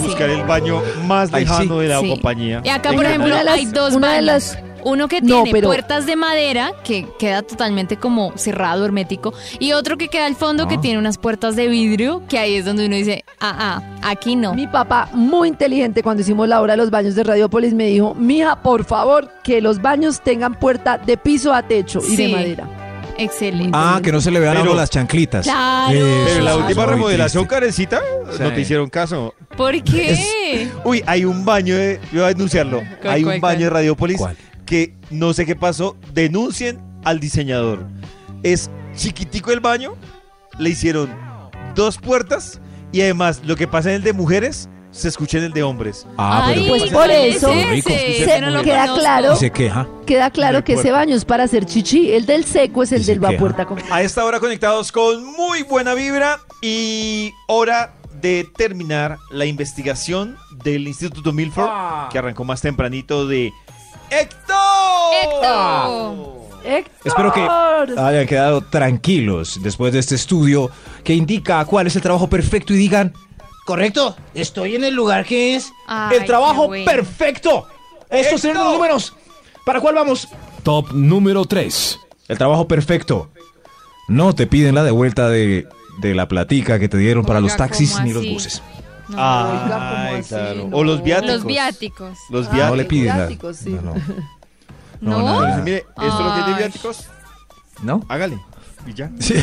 Speaker 2: buscar el baño más
Speaker 6: Ay,
Speaker 2: lejano
Speaker 6: sí.
Speaker 2: de la
Speaker 5: Sí.
Speaker 2: compañía.
Speaker 5: Y acá, por
Speaker 3: Una
Speaker 5: ejemplo,
Speaker 3: de las-
Speaker 5: hay dos
Speaker 3: una de
Speaker 5: baños.
Speaker 3: las-
Speaker 5: Uno que
Speaker 3: No,
Speaker 5: tiene
Speaker 3: pero-
Speaker 5: puertas de madera, que queda totalmente como cerrado, hermético. Y otro que queda al fondo,
Speaker 6: Ah.
Speaker 5: que tiene unas puertas de vidrio, que ahí es donde uno dice, ah, ah, aquí no.
Speaker 3: Mi papá, muy inteligente, cuando hicimos la obra de los baños de Radiopolis, me dijo, mija, por favor, que los baños tengan puerta de piso a techo y de
Speaker 5: Sí.
Speaker 3: madera.
Speaker 5: Excelente.
Speaker 6: Ah, que no se le vean a
Speaker 2: Pero-
Speaker 6: uno las chanclitas.
Speaker 5: Claro.
Speaker 2: Pero la
Speaker 5: Sí,
Speaker 2: última
Speaker 6: Ay,
Speaker 2: remodelación, Karencita,
Speaker 6: Sí.
Speaker 2: no te hicieron caso.
Speaker 5: ¿Por qué?
Speaker 2: Uy, hay un baño de. Yo voy a denunciarlo.
Speaker 5: ¿Cuál,
Speaker 2: hay
Speaker 5: cuál,
Speaker 2: un baño
Speaker 5: cuál?
Speaker 2: de Radiopolis
Speaker 6: ¿Cuál?
Speaker 2: que no sé qué pasó. Denuncien al diseñador. Es chiquitico el baño. Le hicieron dos puertas. Y además, lo que pasa en el de mujeres, se escucha en el de hombres.
Speaker 6: Ah, pero
Speaker 5: Ay,
Speaker 3: pues
Speaker 5: ¿cuál
Speaker 3: por
Speaker 5: es
Speaker 3: eso
Speaker 5: ese?
Speaker 6: rico.
Speaker 5: Ese
Speaker 2: Se-
Speaker 5: no lo
Speaker 3: queda
Speaker 5: conozco.
Speaker 3: claro.
Speaker 6: se queja.
Speaker 3: Queda claro
Speaker 2: Del
Speaker 3: que ese
Speaker 2: puerto.
Speaker 3: baño es para hacer chichi, el del seco es el
Speaker 6: Dice
Speaker 3: del
Speaker 6: que-
Speaker 3: vapor. taco.
Speaker 2: A esta hora conectados con muy buena vibra y hora de terminar la investigación del Instituto Milford
Speaker 5: Ah.
Speaker 2: que arrancó más tempranito de Héctor.
Speaker 5: Héctor.
Speaker 6: Espero que
Speaker 3: ¡Héctor!
Speaker 6: hayan quedado tranquilos después de este estudio que indica cuál es el trabajo perfecto y digan, correcto, estoy en el lugar que es
Speaker 5: Ay,
Speaker 6: el trabajo
Speaker 5: qué bueno.
Speaker 6: perfecto. Estos son los números. ¿Para cuál vamos?
Speaker 8: Top número 3.
Speaker 6: El trabajo perfecto. No te piden la devuelta de, de la platica que te dieron para
Speaker 5: Oiga,
Speaker 6: los taxis
Speaker 5: ¿cómo
Speaker 6: ni los
Speaker 5: así?
Speaker 6: buses.
Speaker 5: No.
Speaker 2: Ay,
Speaker 3: oiga, ¿cómo
Speaker 2: claro.
Speaker 3: así?
Speaker 2: O los
Speaker 3: No.
Speaker 2: viáticos.
Speaker 5: Los viáticos.
Speaker 2: Los
Speaker 3: Ah,
Speaker 6: no
Speaker 2: viáticos.
Speaker 6: le piden nada.
Speaker 3: viáticos, sí.
Speaker 6: No, no.
Speaker 5: No.
Speaker 6: nada,
Speaker 2: Entonces,
Speaker 6: nada.
Speaker 2: mire, esto es lo que es de
Speaker 5: Ay.
Speaker 2: viáticos,
Speaker 6: ¿No?
Speaker 2: hágale. Y ya.
Speaker 6: [laughs] Sí.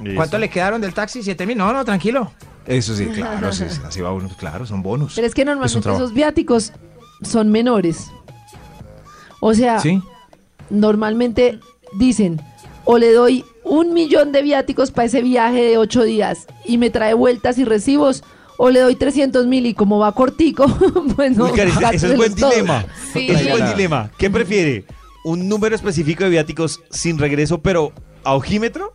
Speaker 2: Y eso.
Speaker 6: le quedaron del taxi? ¿Siete mil? No, no, tranquilo. Eso sí,
Speaker 3: [laughs]
Speaker 6: claro, sí, sí, así va uno, claro, son bonus.
Speaker 3: Pero es que
Speaker 6: un
Speaker 3: normalmente
Speaker 6: trabajo.
Speaker 3: esos viáticos son menores. O sea,
Speaker 6: Sí.
Speaker 3: normalmente dicen, o le doy un millón de viáticos para ese viaje de ocho días y me trae vueltas y recibos, o le doy 300 mil y como va cortico, pues no.
Speaker 2: Uy, Karen,
Speaker 5: [laughs]
Speaker 2: ese es
Speaker 3: gásteselos
Speaker 2: buen
Speaker 3: todos.
Speaker 2: dilema.
Speaker 5: Sí.
Speaker 2: Es un buen
Speaker 6: Tráigala.
Speaker 2: dilema. ¿Qué prefiere? ¿Un número específico de viáticos sin regreso, pero a ojímetro?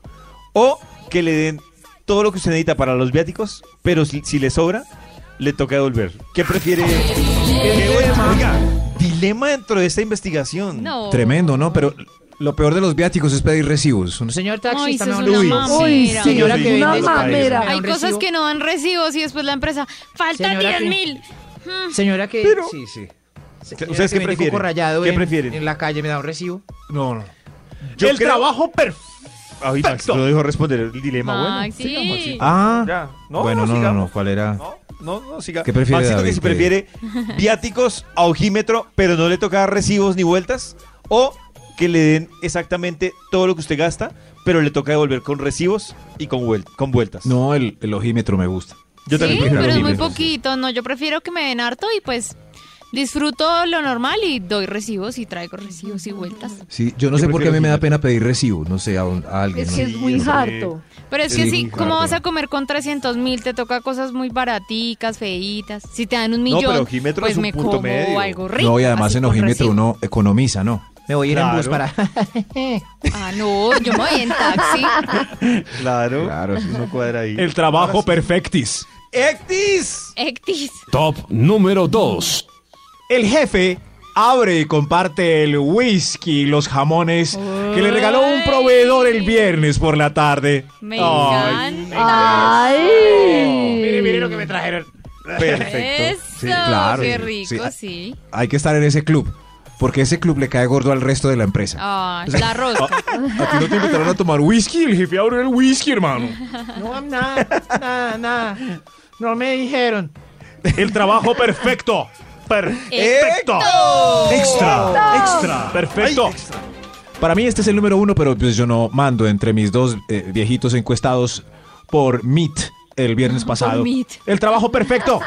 Speaker 2: ¿O que le den todo lo que usted necesita para los viáticos, pero si, si le sobra, le toca devolver? ¿Qué prefiere? ¡Qué buen- oiga, dilema dentro de esta investigación.
Speaker 5: No.
Speaker 6: Tremendo, ¿no? Pero lo peor de los viáticos es pedir recibos. Uno-
Speaker 7: Señor taxista,
Speaker 5: Ay, eso es
Speaker 7: me
Speaker 5: una
Speaker 2: Uy,
Speaker 5: mamera.
Speaker 3: Uy,
Speaker 2: Mira,
Speaker 3: sí,
Speaker 2: señora que vende
Speaker 3: una
Speaker 2: esos
Speaker 3: mamera.
Speaker 7: países.
Speaker 5: Hay
Speaker 7: Un
Speaker 5: cosas
Speaker 7: recibo.
Speaker 5: que no dan recibos y después la empresa, faltan
Speaker 7: Señora,
Speaker 5: 10
Speaker 7: ¿qué?
Speaker 5: mil.
Speaker 7: Señora que.
Speaker 2: Pero-
Speaker 7: sí, sí. Señora
Speaker 2: ¿Ustedes
Speaker 7: que
Speaker 2: qué
Speaker 7: vende
Speaker 2: prefieren?
Speaker 7: coco rallado
Speaker 2: ¿Qué
Speaker 7: en,
Speaker 2: prefieren?
Speaker 7: En la calle me da un recibo.
Speaker 6: No, no.
Speaker 2: Yo
Speaker 6: el
Speaker 2: creo-
Speaker 6: trabajo perfecto.
Speaker 2: Ay, Max,
Speaker 8: Perfecto.
Speaker 2: lo dejó responder el dilema, bueno.
Speaker 5: Max, sí.
Speaker 2: Maxito.
Speaker 6: Ah,
Speaker 2: Ya.
Speaker 6: bueno, no, no,
Speaker 2: sigamos.
Speaker 6: no, ¿cuál era?
Speaker 2: No, no, no, siga.
Speaker 6: ¿Qué prefiere,
Speaker 2: Maxito que
Speaker 6: David?
Speaker 2: si
Speaker 6: ¿Qué?
Speaker 2: prefiere viáticos a ojímetro, pero no le toca recibos ni vueltas, o que le den exactamente todo lo que usted gasta, pero le toca devolver con recibos y con, vuel- con vueltas.
Speaker 6: No, el, el ojímetro me gusta.
Speaker 2: Yo también
Speaker 5: sí,
Speaker 2: prefiero
Speaker 5: pero es muy
Speaker 2: ojímetro.
Speaker 5: poquito. No, yo prefiero que me den harto y pues disfruto lo normal y doy recibos y traigo recibos y vueltas.
Speaker 6: Sí, yo no
Speaker 2: Yo
Speaker 6: sé por qué a mí
Speaker 2: prefiero
Speaker 6: me da
Speaker 2: ojímetro.
Speaker 6: pena pedir recibo, no sé, a, un- a alguien.
Speaker 3: Es
Speaker 6: ¿no?
Speaker 3: que es
Speaker 2: Sí,
Speaker 3: muy
Speaker 2: eso me-
Speaker 3: harto.
Speaker 5: Pero es
Speaker 6: Sí,
Speaker 5: que sí,
Speaker 6: claro.
Speaker 5: ¿cómo vas a comer con 300 mil? Te toca cosas muy baraticas, feitas. Si te dan un
Speaker 2: No,
Speaker 5: millón,
Speaker 2: pero ojímetro
Speaker 5: pues
Speaker 2: es un
Speaker 5: me
Speaker 2: punto
Speaker 5: como
Speaker 2: medio.
Speaker 5: algo rico.
Speaker 6: No, y además
Speaker 5: así
Speaker 6: en
Speaker 5: con
Speaker 6: ojímetro
Speaker 5: recibo.
Speaker 6: uno economiza, ¿no?
Speaker 7: me voy a ir en bus
Speaker 2: Claro.
Speaker 7: para.
Speaker 5: Ah, no, yo me voy
Speaker 3: [laughs]
Speaker 5: en taxi.
Speaker 2: Claro,
Speaker 6: Claro, sí.
Speaker 2: no cuadra ahí.
Speaker 8: El trabajo perfectis. Este,
Speaker 2: ¡Ectis!
Speaker 5: Ectis.
Speaker 10: Top número 2.
Speaker 8: El jefe abre y comparte el whisky, los jamones que le regaló un
Speaker 5: Ay.
Speaker 8: proveedor el viernes por la tarde.
Speaker 5: Me
Speaker 8: Ay,
Speaker 5: encanta.
Speaker 3: ¡Ay!
Speaker 8: trajeron.
Speaker 2: Perfecto.
Speaker 5: Eso,
Speaker 6: Sí, claro.
Speaker 5: qué
Speaker 6: Sí,
Speaker 5: rico,
Speaker 6: ah-
Speaker 5: sí.
Speaker 6: Hay que estar en ese club, porque ese club le cae gordo al resto de la empresa.
Speaker 5: Ah, la rosca.
Speaker 6: ¿A ti no te invitaron a tomar whisky? El jefe abre el whisky, hermano.
Speaker 7: [laughs] No, nada, nada, nada. No me dijeron.
Speaker 8: El trabajo perfecto. Perfecto. Extra. Extra. Perfecto.
Speaker 6: Para mí este es el número uno, pero pues yo no mando entre mis dos eh, viejitos encuestados por Meet el viernes pasado.
Speaker 5: Meet.
Speaker 6: El trabajo
Speaker 5: [laughs]
Speaker 6: perfecto.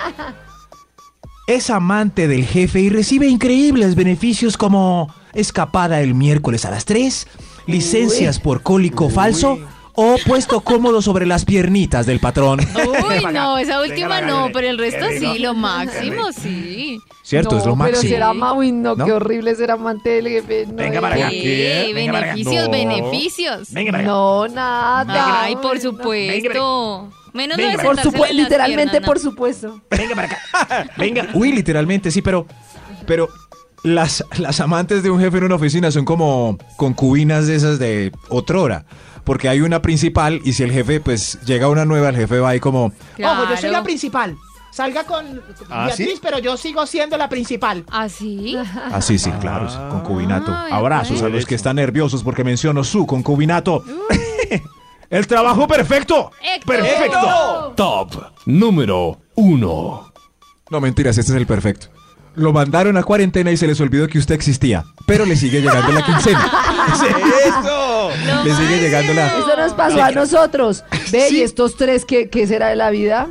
Speaker 6: Es amante del jefe y recibe increíbles beneficios como escapada el miércoles a las 3, licencias por cólico falso o puesto cómodo sobre las piernitas del patrón.
Speaker 5: Uy, [laughs] no, esa
Speaker 8: Venga
Speaker 5: última
Speaker 8: para acá,
Speaker 5: no,
Speaker 8: venga.
Speaker 5: pero el resto
Speaker 8: Qué rico.
Speaker 5: sí, lo máximo, sí.
Speaker 6: Cierto, es lo
Speaker 3: No, Pero
Speaker 6: máximo.
Speaker 3: ser ama- uy, no,
Speaker 6: ¿No?
Speaker 3: qué horrible ser amante del jefe. No,
Speaker 8: Venga para acá.
Speaker 5: Sí,
Speaker 8: ¿Qué? Venga para acá.
Speaker 5: beneficios,
Speaker 8: No.
Speaker 5: beneficios.
Speaker 8: Venga, para acá.
Speaker 3: No, nada.
Speaker 5: Ay, por
Speaker 3: Ay, no.
Speaker 5: supuesto. Menos
Speaker 8: Venga,
Speaker 5: no de
Speaker 8: venga.
Speaker 3: Por
Speaker 5: sentarse
Speaker 3: supuesto,
Speaker 5: en las
Speaker 3: literalmente
Speaker 5: piernas,
Speaker 3: por
Speaker 5: no.
Speaker 3: supuesto.
Speaker 8: Venga para acá. Venga.
Speaker 6: Uy, literalmente, sí, pero. Pero las, las amantes de un jefe en una oficina son como concubinas de esas de otrora. Porque hay una principal y si el jefe, pues llega una nueva, el jefe va ahí como.
Speaker 7: Ojo, yo soy la
Speaker 5: Claro.
Speaker 7: principal. Salga con
Speaker 2: ¿Ah,
Speaker 7: Beatriz,
Speaker 2: sí?
Speaker 7: pero yo sigo siendo la principal.
Speaker 3: [laughs]
Speaker 5: ¿Ah, sí?
Speaker 6: Así, sí, claro, sí, concubinato.
Speaker 5: Ay,
Speaker 6: Abrazos a
Speaker 2: bueno.
Speaker 6: los que están nerviosos porque menciono su concubinato.
Speaker 8: El trabajo perfecto.
Speaker 5: Héctor.
Speaker 8: Perfecto.
Speaker 10: Top número 1.
Speaker 6: No mentiras, este es el perfecto. Lo mandaron a cuarentena y se les olvidó que usted existía. Pero le sigue llegando la quincena.
Speaker 2: [laughs] ¡Eso!
Speaker 5: Lo
Speaker 6: le sigue
Speaker 5: máximo.
Speaker 6: llegando la.
Speaker 3: Eso nos pasó a nosotros. Ve,
Speaker 6: Sí.
Speaker 3: y estos tres, ¿qué, qué será de la vida?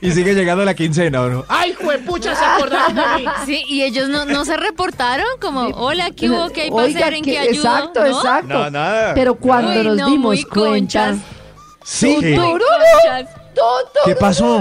Speaker 6: y sigue llegando la quincena, ¿o no?
Speaker 7: ¡Ay, juepucha, se acordaron de mí!
Speaker 5: Sí, y ellos no, no se reportaron como, hola, ¿qué hubo? ¿Qué hay para
Speaker 3: Oiga,
Speaker 5: hacer? ¿En
Speaker 3: que-
Speaker 5: qué ayudo?
Speaker 3: Exacto,
Speaker 5: ¿No?
Speaker 3: exacto.
Speaker 2: No, nada.
Speaker 3: Pero cuando
Speaker 5: Uy,
Speaker 3: nos
Speaker 5: no,
Speaker 3: dimos
Speaker 5: muy
Speaker 3: cuenta.
Speaker 5: conchas.
Speaker 6: Sí.
Speaker 5: Muy conchas.
Speaker 6: ¿Qué pasó?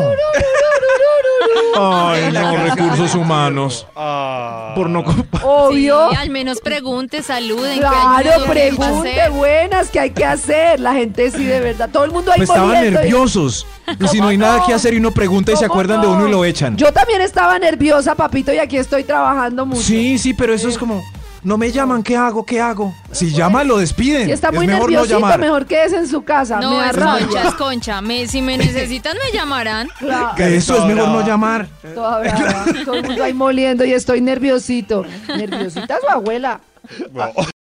Speaker 6: Ay, no, recursos humanos.
Speaker 2: Ah.
Speaker 6: Por no compa-
Speaker 3: Obvio.
Speaker 5: Sí, al menos pregunte, saluden. ¿qué
Speaker 3: Claro,
Speaker 5: ayudo? ¿Qué va a
Speaker 3: pregunte
Speaker 5: hacer?
Speaker 3: buenas que hay que hacer. La gente sí, de verdad. Todo el mundo ahí
Speaker 6: Pues estaban
Speaker 3: muriendo.
Speaker 6: nerviosos. Y si no hay nada que hacer y uno pregunta y se
Speaker 3: ¿Cómo
Speaker 6: acuerdan de
Speaker 3: no?
Speaker 6: uno y lo echan.
Speaker 3: Yo también estaba nerviosa, papito, y aquí estoy trabajando mucho.
Speaker 6: Sí, sí, pero eso es como, no me llaman, ¿qué hago? ¿Qué hago? Si llama, lo despiden.
Speaker 3: Si Pues, está muy
Speaker 6: es mejor no
Speaker 3: nerviosito,
Speaker 6: llamar.
Speaker 3: mejor quédese en su casa. me
Speaker 5: No,
Speaker 3: da
Speaker 5: es
Speaker 3: rabia.
Speaker 5: conchas, concha. Me- si me necesitan, me llamarán.
Speaker 3: Claro,
Speaker 6: Que eso es
Speaker 2: Toda
Speaker 6: mejor no
Speaker 2: brava.
Speaker 6: llamar.
Speaker 3: [laughs] toda brava. Todo el mundo ahí moliendo y estoy nerviosito. Nerviosita su abuela.